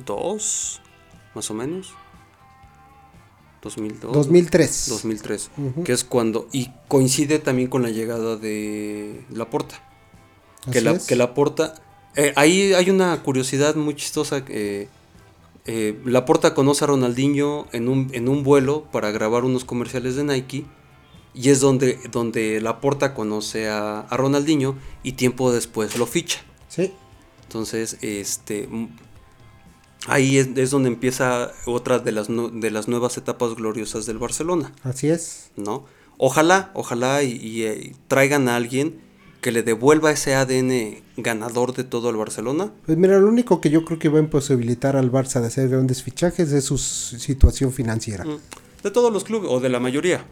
S2: 2002, más o menos. 2002.
S1: 2003.
S2: 2003,
S1: Ujú.
S2: que es cuando, y coincide también con la llegada de Laporta. Que,
S1: Así
S2: la,
S1: es.
S2: que Laporta, eh, ahí hay una curiosidad muy chistosa. eh, eh, Laporta conoce a Ronaldinho en un, en un vuelo para grabar unos comerciales de Nike. Y es donde, donde Laporta conoce a, a Ronaldinho y tiempo después lo ficha.
S1: Sí.
S2: Entonces, este. mm, Ahí es, es donde empieza otra de las, nu- de las nuevas etapas gloriosas del Barcelona.
S1: Así es.
S2: ¿no? Ojalá, ojalá y, y, eh, traigan a alguien que le devuelva ese ADN ganador de todo el Barcelona.
S1: Pues mira, lo único que yo creo que va a imposibilitar al Barça de hacer grandes fichajes es su s- situación financiera.
S2: Mm, De todos los clubes, o de la mayoría.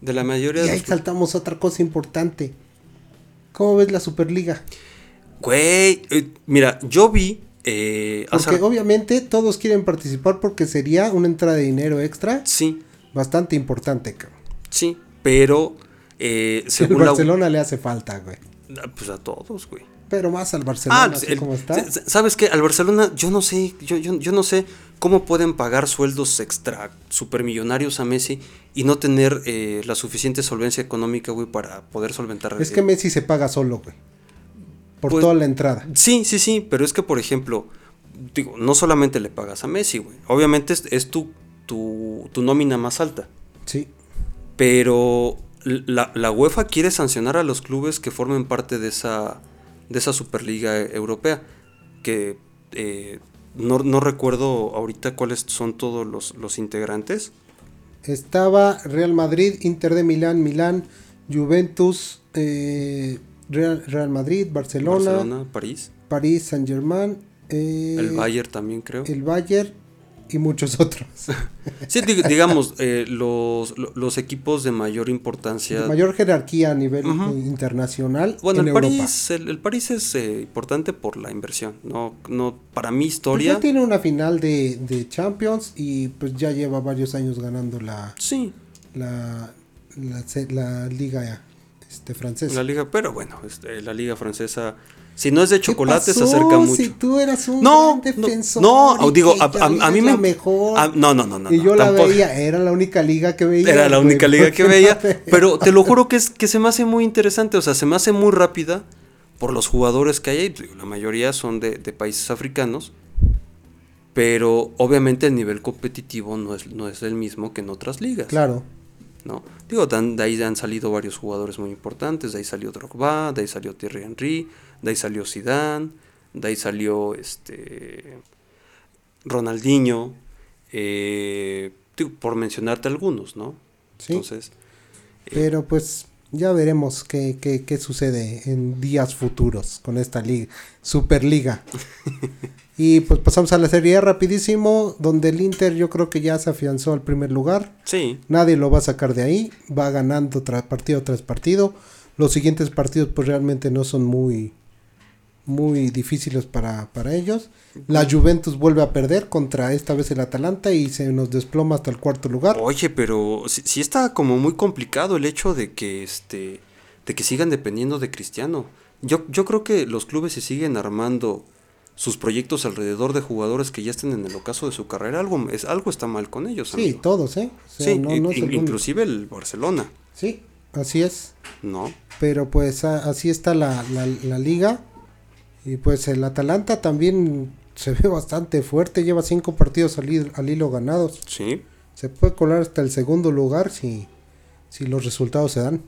S2: De la mayoría
S1: Y
S2: de
S1: ahí
S2: los clubes.
S1: saltamos a otra cosa importante. ¿Cómo ves la Superliga?
S2: Güey, eh, mira, yo vi eh,
S1: Porque
S2: hace-
S1: obviamente todos quieren participar porque sería una entrada de dinero extra
S2: Sí,
S1: bastante importante, cabrón.
S2: sí, pero eh,
S1: El
S2: según la...
S1: Barcelona le hace falta, güey.
S2: Ah, Pues a todos, güey.
S1: Pero más al Barcelona,
S2: Ah,
S1: así
S2: el-
S1: como está.
S2: s- s- ¿sabes qué? Al Barcelona, yo no sé, yo, yo, yo no sé cómo pueden pagar sueldos extra supermillonarios a Messi y no tener eh, la suficiente solvencia económica, güey, para poder solventar.
S1: Es
S2: eh,
S1: que Messi se paga solo, güey. Por
S2: Pues-
S1: toda la entrada.
S2: Sí, sí, sí, pero es que, por ejemplo, digo, no solamente le pagas a Messi, güey. Obviamente es, es tu, tu, tu nómina más alta,
S1: Sí.
S2: pero la, la UEFA quiere sancionar a los clubes que formen parte de esa, de esa Superliga e-, Europea, que eh, no, no recuerdo ahorita cuáles son todos los, los integrantes.
S1: Estaba Real Madrid, Inter de Milán, Milán, Juventus, eh, Real, Real Madrid, Barcelona,
S2: Barcelona, París,
S1: París, Saint Germain, eh,
S2: el Bayern también creo.
S1: el Bayern y muchos otros.
S2: Sí, dig- digamos, eh, los, lo- los equipos de mayor importancia.
S1: De mayor jerarquía a nivel
S2: Ujú.
S1: eh, internacional
S2: Bueno,
S1: en
S2: el
S1: Europa.
S2: París, el, el París es eh, importante por la inversión, no, no para mi
S1: Pues
S2: historia.
S1: ya tiene una final de, de Champions y pues ya lleva varios años ganando la,
S2: Sí,
S1: la, la, se- la liga este, francés.
S2: La liga, pero bueno, este, la liga francesa, si no es de chocolate, se
S1: pasó
S2: acerca mucho.
S1: Si tú eras un
S2: no,
S1: gran
S2: no,
S1: defensor
S2: no,
S1: y
S2: digo,
S1: que
S2: a,
S1: ya
S2: a- a
S1: veías
S2: mí me.
S1: la mejor.
S2: a- no, no, no, no.
S1: y yo
S2: no,
S1: la
S2: tampoco.
S1: veía, era la única liga que veía.
S2: Era la
S1: güey,
S2: única liga
S1: porque
S2: que
S1: no
S2: veía.
S1: veía.
S2: Pero te lo juro que, es, que se me hace muy interesante. O sea, se me hace muy rápida por los jugadores que hay ahí. Digo, La mayoría son de, de países africanos. Pero obviamente el nivel competitivo no es, no es el mismo que en otras ligas.
S1: Claro.
S2: ¿no? Digo, dan- de ahí han salido varios jugadores muy importantes. De ahí salió Drogba, de ahí salió Thierry Henry, de ahí salió Zidane, de ahí salió este Ronaldinho, eh, digo, por mencionarte algunos, ¿no?
S1: Sí.
S2: Entonces, Eh.
S1: Pero pues ya veremos qué, qué, qué sucede en días futuros con esta liga, Superliga. y pues pasamos a la Serie A rapidísimo, donde el Inter yo creo que ya se afianzó al primer lugar.
S2: sí,
S1: Nadie lo va a sacar de ahí, va ganando tras partido tras partido. Los siguientes partidos pues realmente no son muy muy difíciles para, para ellos. La Juventus vuelve a perder contra esta vez el Atalanta y se nos desploma hasta el cuarto lugar.
S2: Oye, pero sí, sí está como muy complicado el hecho de que este de que sigan dependiendo de Cristiano. Yo, yo creo que los clubes se siguen armando sus proyectos alrededor de jugadores que ya estén en el ocaso de su carrera, algo es algo está mal con ellos.
S1: Sí,
S2: amigo.
S1: todos, ¿eh? O sea,
S2: Sí,
S1: no-
S2: in-
S1: no es el
S2: in-
S1: único.
S2: inclusive el Barcelona,
S1: Sí, así es.
S2: ¿no?
S1: Pero pues a- así está la, la- la liga. Y pues el Atalanta también se ve bastante fuerte. Lleva cinco partidos al, hil- al hilo ganados.
S2: Sí.
S1: Se puede colar hasta el segundo lugar si, si los resultados se dan.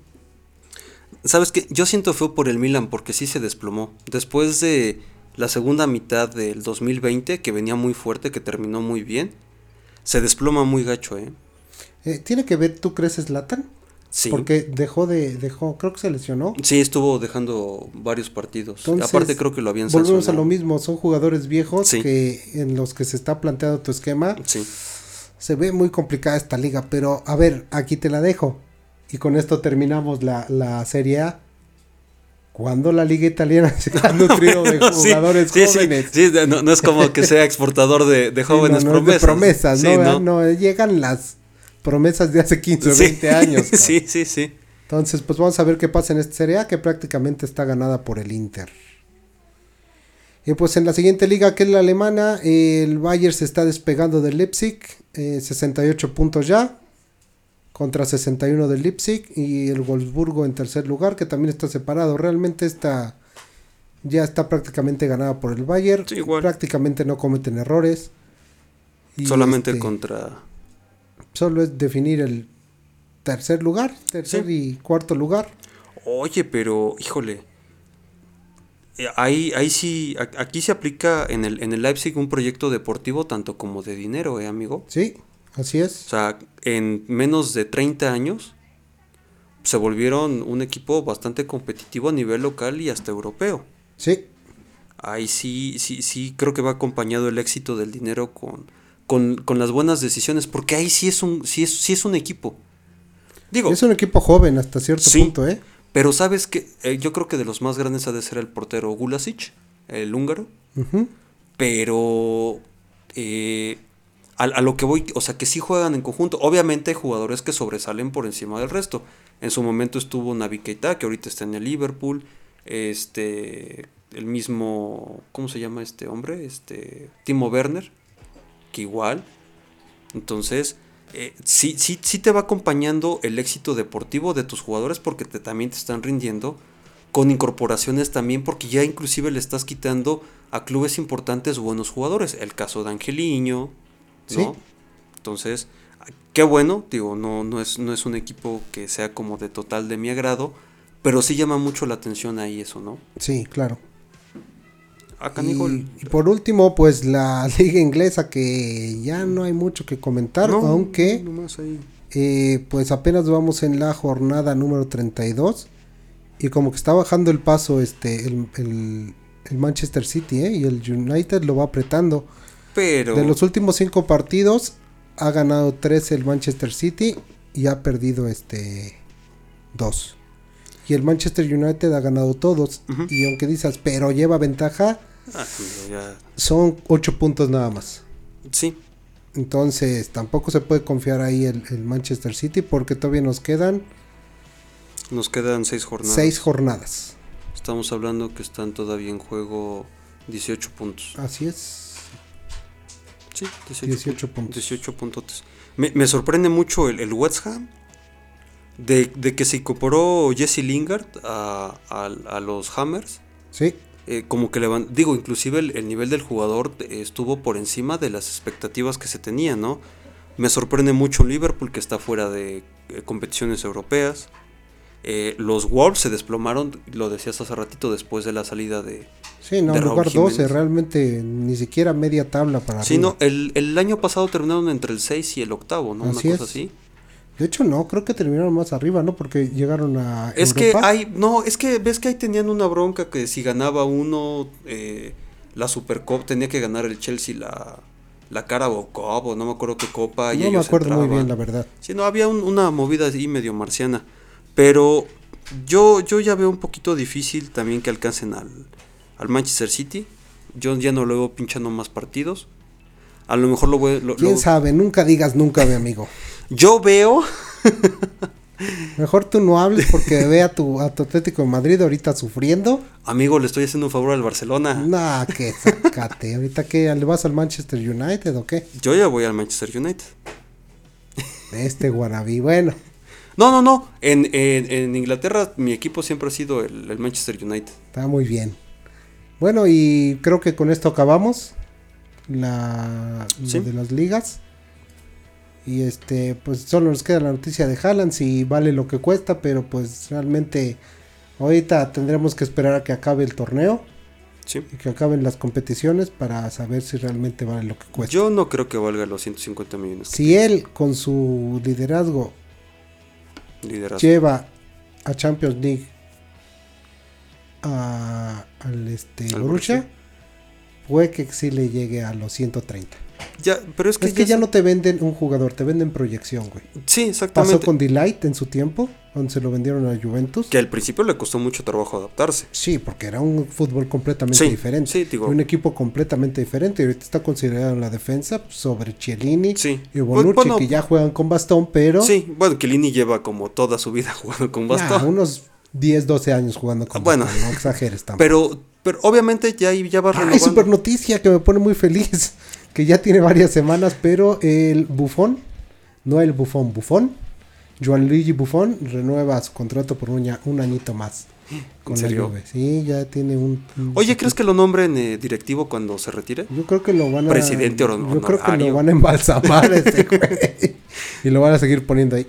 S2: ¿Sabes qué? Yo siento feo por el Milan porque sí se desplomó. Después de la segunda mitad del 2020, que venía muy fuerte, que terminó muy bien, se desploma muy gacho, ¿eh?
S1: Eh, ¿Tiene que ver, tú crees, Zlatan?
S2: Sí.
S1: Porque dejó de, dejó, creo que se lesionó.
S2: Sí, estuvo dejando varios partidos.
S1: Entonces,
S2: Aparte creo que lo habían
S1: Volvemos a
S2: sancionado.
S1: lo mismo, son jugadores viejos
S2: Sí.
S1: que en los que se está planteado tu esquema.
S2: Sí.
S1: Se ve muy complicada esta liga, pero a ver, aquí te la dejo. Y con esto terminamos la, la Serie A. Cuando la liga italiana se ha nutrido de
S2: Sí,
S1: jugadores
S2: sí, sí,
S1: jóvenes.
S2: Sí, de- no, no es como que sea exportador de, de
S1: Sí, no,
S2: jóvenes
S1: no es de
S2: promesas.
S1: promesas,
S2: Sí,
S1: ¿no? ¿verdad? No, eh, llegan las promesas de hace 15 o
S2: Sí.
S1: 20 años. cabrón.
S2: sí, sí, sí.
S1: Entonces, pues vamos a ver qué pasa en esta Serie A, que prácticamente está ganada por el Inter. Y pues en la siguiente liga, que es la alemana, eh, el Bayern se está despegando del Leipzig, eh, 68 puntos ya, contra 61 del Leipzig, y el Wolfsburgo en tercer lugar, que también está separado. Realmente está, ya está prácticamente ganada por el Bayern,
S2: Sí, igual.
S1: prácticamente no cometen errores. Y,
S2: Solamente
S1: este,
S2: contra...
S1: Solo es definir el tercer lugar, tercer y cuarto lugar.
S2: Oye, pero, híjole. Eh, Ahí, ahí sí, a- aquí se aplica en el, en el Leipzig un proyecto deportivo tanto como de dinero, ¿eh, amigo?
S1: Sí, así
S2: O
S1: es.
S2: sea, en menos de 30 años se volvieron un equipo bastante competitivo a nivel local y hasta europeo.
S1: Sí,
S2: Ahí sí, sí, sí, creo que va acompañado el éxito del dinero con, con, con las buenas decisiones, porque ahí sí es un, sí es, sí es un equipo. Digo,
S1: es un equipo joven hasta cierto
S2: Oh. Sí.
S1: punto, ¿eh?
S2: pero sabes que yo creo que de los más grandes ha de ser el portero Gulasic, el húngaro,
S1: Ujú.
S2: pero eh, a, a lo que voy, o sea, que sí juegan en conjunto. Obviamente hay jugadores que sobresalen por encima del resto. En su momento estuvo Navi Keita, que ahorita está en el Liverpool. Este, el mismo, ¿cómo se llama este hombre? Este, Timo Werner, que igual. Entonces, eh, sí, sí, sí te va acompañando el éxito deportivo de tus jugadores porque te, también te están rindiendo con incorporaciones también porque ya inclusive le estás quitando a clubes importantes buenos jugadores. El caso de Angeliño, ¿no?
S1: Sí.
S2: Entonces, qué bueno, digo, no, no, es, no es un equipo que sea como de total de mi agrado, pero sí llama mucho la atención ahí eso, ¿no?
S1: Sí, claro.
S2: Ah, canijo,
S1: Y, y por último, pues la liga inglesa que ya no hay mucho que comentar,
S2: no,
S1: aunque
S2: nomás ahí.
S1: eh, pues apenas vamos en la jornada número 32 y como que está bajando el paso este el, el- el Manchester City ¿eh? y el United lo va apretando.
S2: Pero...
S1: De los últimos cinco partidos ha ganado tres el Manchester City y ha perdido este dos. Y el Manchester United ha ganado todos.
S2: Ujú.
S1: Y aunque dices, pero lleva ventaja,
S2: Ah, amigo, ya-
S1: son ocho puntos nada más.
S2: Sí,
S1: Entonces tampoco se puede confiar ahí el, el Manchester City porque todavía nos quedan
S2: Nos quedan seis jornadas.
S1: Seis jornadas.
S2: Estamos hablando que están todavía en juego 18 puntos.
S1: Así es.
S2: Sí, 18,
S1: 18
S2: pun-
S1: puntos.
S2: 18 puntotes. Me, me sorprende mucho el, el West Ham de, de que se incorporó Jesse Lingard a, a- a los Hammers.
S1: Sí,
S2: eh, como que levan- digo, inclusive el, el nivel del jugador eh, estuvo por encima de las expectativas que se tenían, ¿no? Me sorprende mucho Liverpool que está fuera de eh, competiciones europeas. Eh, los Wolves se desplomaron, lo decías hace ratito, después de la salida de,
S1: sí, no,
S2: De Raúl
S1: lugar 12,
S2: Jiménez.
S1: realmente ni siquiera media tabla para
S2: Sí,
S1: arriba.
S2: no, el, el año pasado terminaron entre el 6 y el octavo, ¿no?
S1: Así
S2: Una
S1: es.
S2: cosa así.
S1: De hecho, no, creo que terminaron más arriba, ¿no? Porque llegaron a.
S2: Es que
S1: Europa.
S2: hay, no, es que ves que ahí tenían una bronca que si ganaba uno eh, la Supercop tenía que ganar el Chelsea la, la Carabao Cup o no me acuerdo qué copa. y
S1: No me
S2: ellos
S1: acuerdo muy
S2: entraban.
S1: bien, la verdad.
S2: Sí, no, había un- una movida ahí medio marciana. Pero yo, yo ya veo un poquito difícil también que alcancen al, al Manchester City. Yo ya no lo veo pinchando más partidos. A lo mejor lo voy... lo-
S1: Quién
S2: lo-
S1: sabe, nunca digas nunca, mi amigo.
S2: yo veo...
S1: Mejor tú no hables porque ve a tu, a tu Atlético de Madrid ahorita sufriendo.
S2: Amigo, le estoy haciendo un favor al Barcelona.
S1: Nah, que sacate. ahorita que le vas al Manchester United o qué?
S2: Yo ya voy al Manchester United.
S1: Este guanabí. Bueno,
S2: No, no, no. En, en- en Inglaterra mi equipo siempre ha sido el, el Manchester United.
S1: está muy bien. Bueno, y creo que con esto acabamos. La lo
S2: Sí.
S1: de las ligas. Y este, pues solo nos queda la noticia de Haaland, si vale lo que cuesta, pero pues realmente ahorita tendremos que esperar a que acabe el torneo
S2: Sí.
S1: y que acaben las competiciones para saber si realmente vale lo que cuesta.
S2: Yo no creo que valga los 150 millones.
S1: Si él con su liderazgo
S2: Liderazgo.
S1: lleva a Champions League a, al este
S2: Al
S1: Borussia, puede que sí le llegue a los 130.
S2: Ya, pero es que,
S1: Es que ya
S2: se-
S1: no te venden un jugador, te venden proyección, güey.
S2: Sí,
S1: Pasó
S2: exactamente.
S1: con Delight en su tiempo, cuando se lo vendieron a Juventus.
S2: Que al principio le costó mucho trabajo adaptarse.
S1: Sí, porque era un fútbol completamente
S2: Sí,
S1: diferente.
S2: sí, digo-
S1: Un equipo completamente diferente. Y ahorita está considerado en la defensa pues, sobre Chiellini
S2: Sí. Pues,
S1: y Bonucci,
S2: Bueno,
S1: que ya juegan con bastón, pero
S2: Sí, bueno, Kelini lleva como toda su vida jugando con
S1: nah,
S2: bastón.
S1: unos 10, 12 años jugando con
S2: Bueno.
S1: bastón. No exageres tampoco.
S2: pero, pero obviamente ya, ahí ya va
S1: Ay,
S2: renovando.
S1: super noticia que me pone muy feliz. Que ya tiene varias semanas, pero el bufón, no el bufón, bufón, Gianluigi Bufón renueva su contrato por un, ña- un añito más. Con la
S2: serio?
S1: Juve. Sí, ya tiene un. un-
S2: Oye, ¿crees que lo nombren eh, directivo cuando se retire?
S1: Yo creo que lo van a.
S2: Presidente hor-
S1: Yo creo que lo
S2: honorario.
S1: van a embalsamar a este güey. Y lo van a seguir poniendo ahí.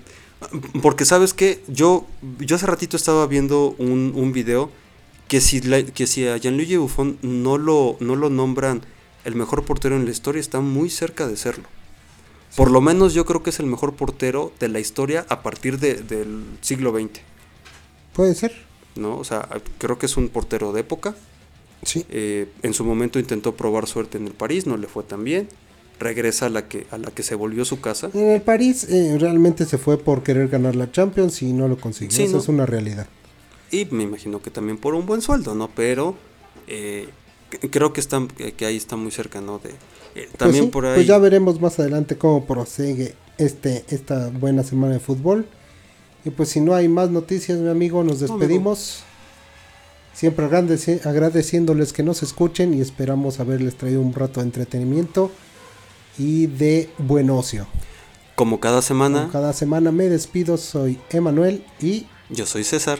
S2: Porque sabes que yo, yo hace ratito estaba viendo un, un video que si, la- que si a Gianluigi Buffon no lo, no lo nombran el mejor portero en la historia, está muy cerca de serlo. Por lo menos yo creo que es el mejor portero de la historia a partir de- del siglo XX.
S1: Puede ser.
S2: ¿no? O sea, creo que es un portero de época.
S1: Sí.
S2: Eh, en su momento intentó probar suerte en el París, no le fue tan bien. Regresa a la que, a la que se volvió su casa.
S1: En el París eh, realmente se fue por querer ganar la Champions y no lo consiguió.
S2: Sí,
S1: Esa
S2: ¿no?
S1: es una realidad.
S2: Y me imagino que también por un buen sueldo, ¿no? Pero eh, c- creo que, están, que, que ahí está muy cerca, ¿no? De, eh,
S1: Pues
S2: también
S1: sí,
S2: por ahí.
S1: Pues ya veremos más adelante cómo prosigue este, esta buena semana de fútbol. Y pues si no hay más noticias, mi amigo, nos
S2: amigo.
S1: despedimos. Siempre agradeci- agradeciéndoles que nos escuchen y esperamos haberles traído un rato de entretenimiento y de buen ocio.
S2: Como cada semana,
S1: Como cada semana me despido, soy Emanuel y
S2: yo soy César.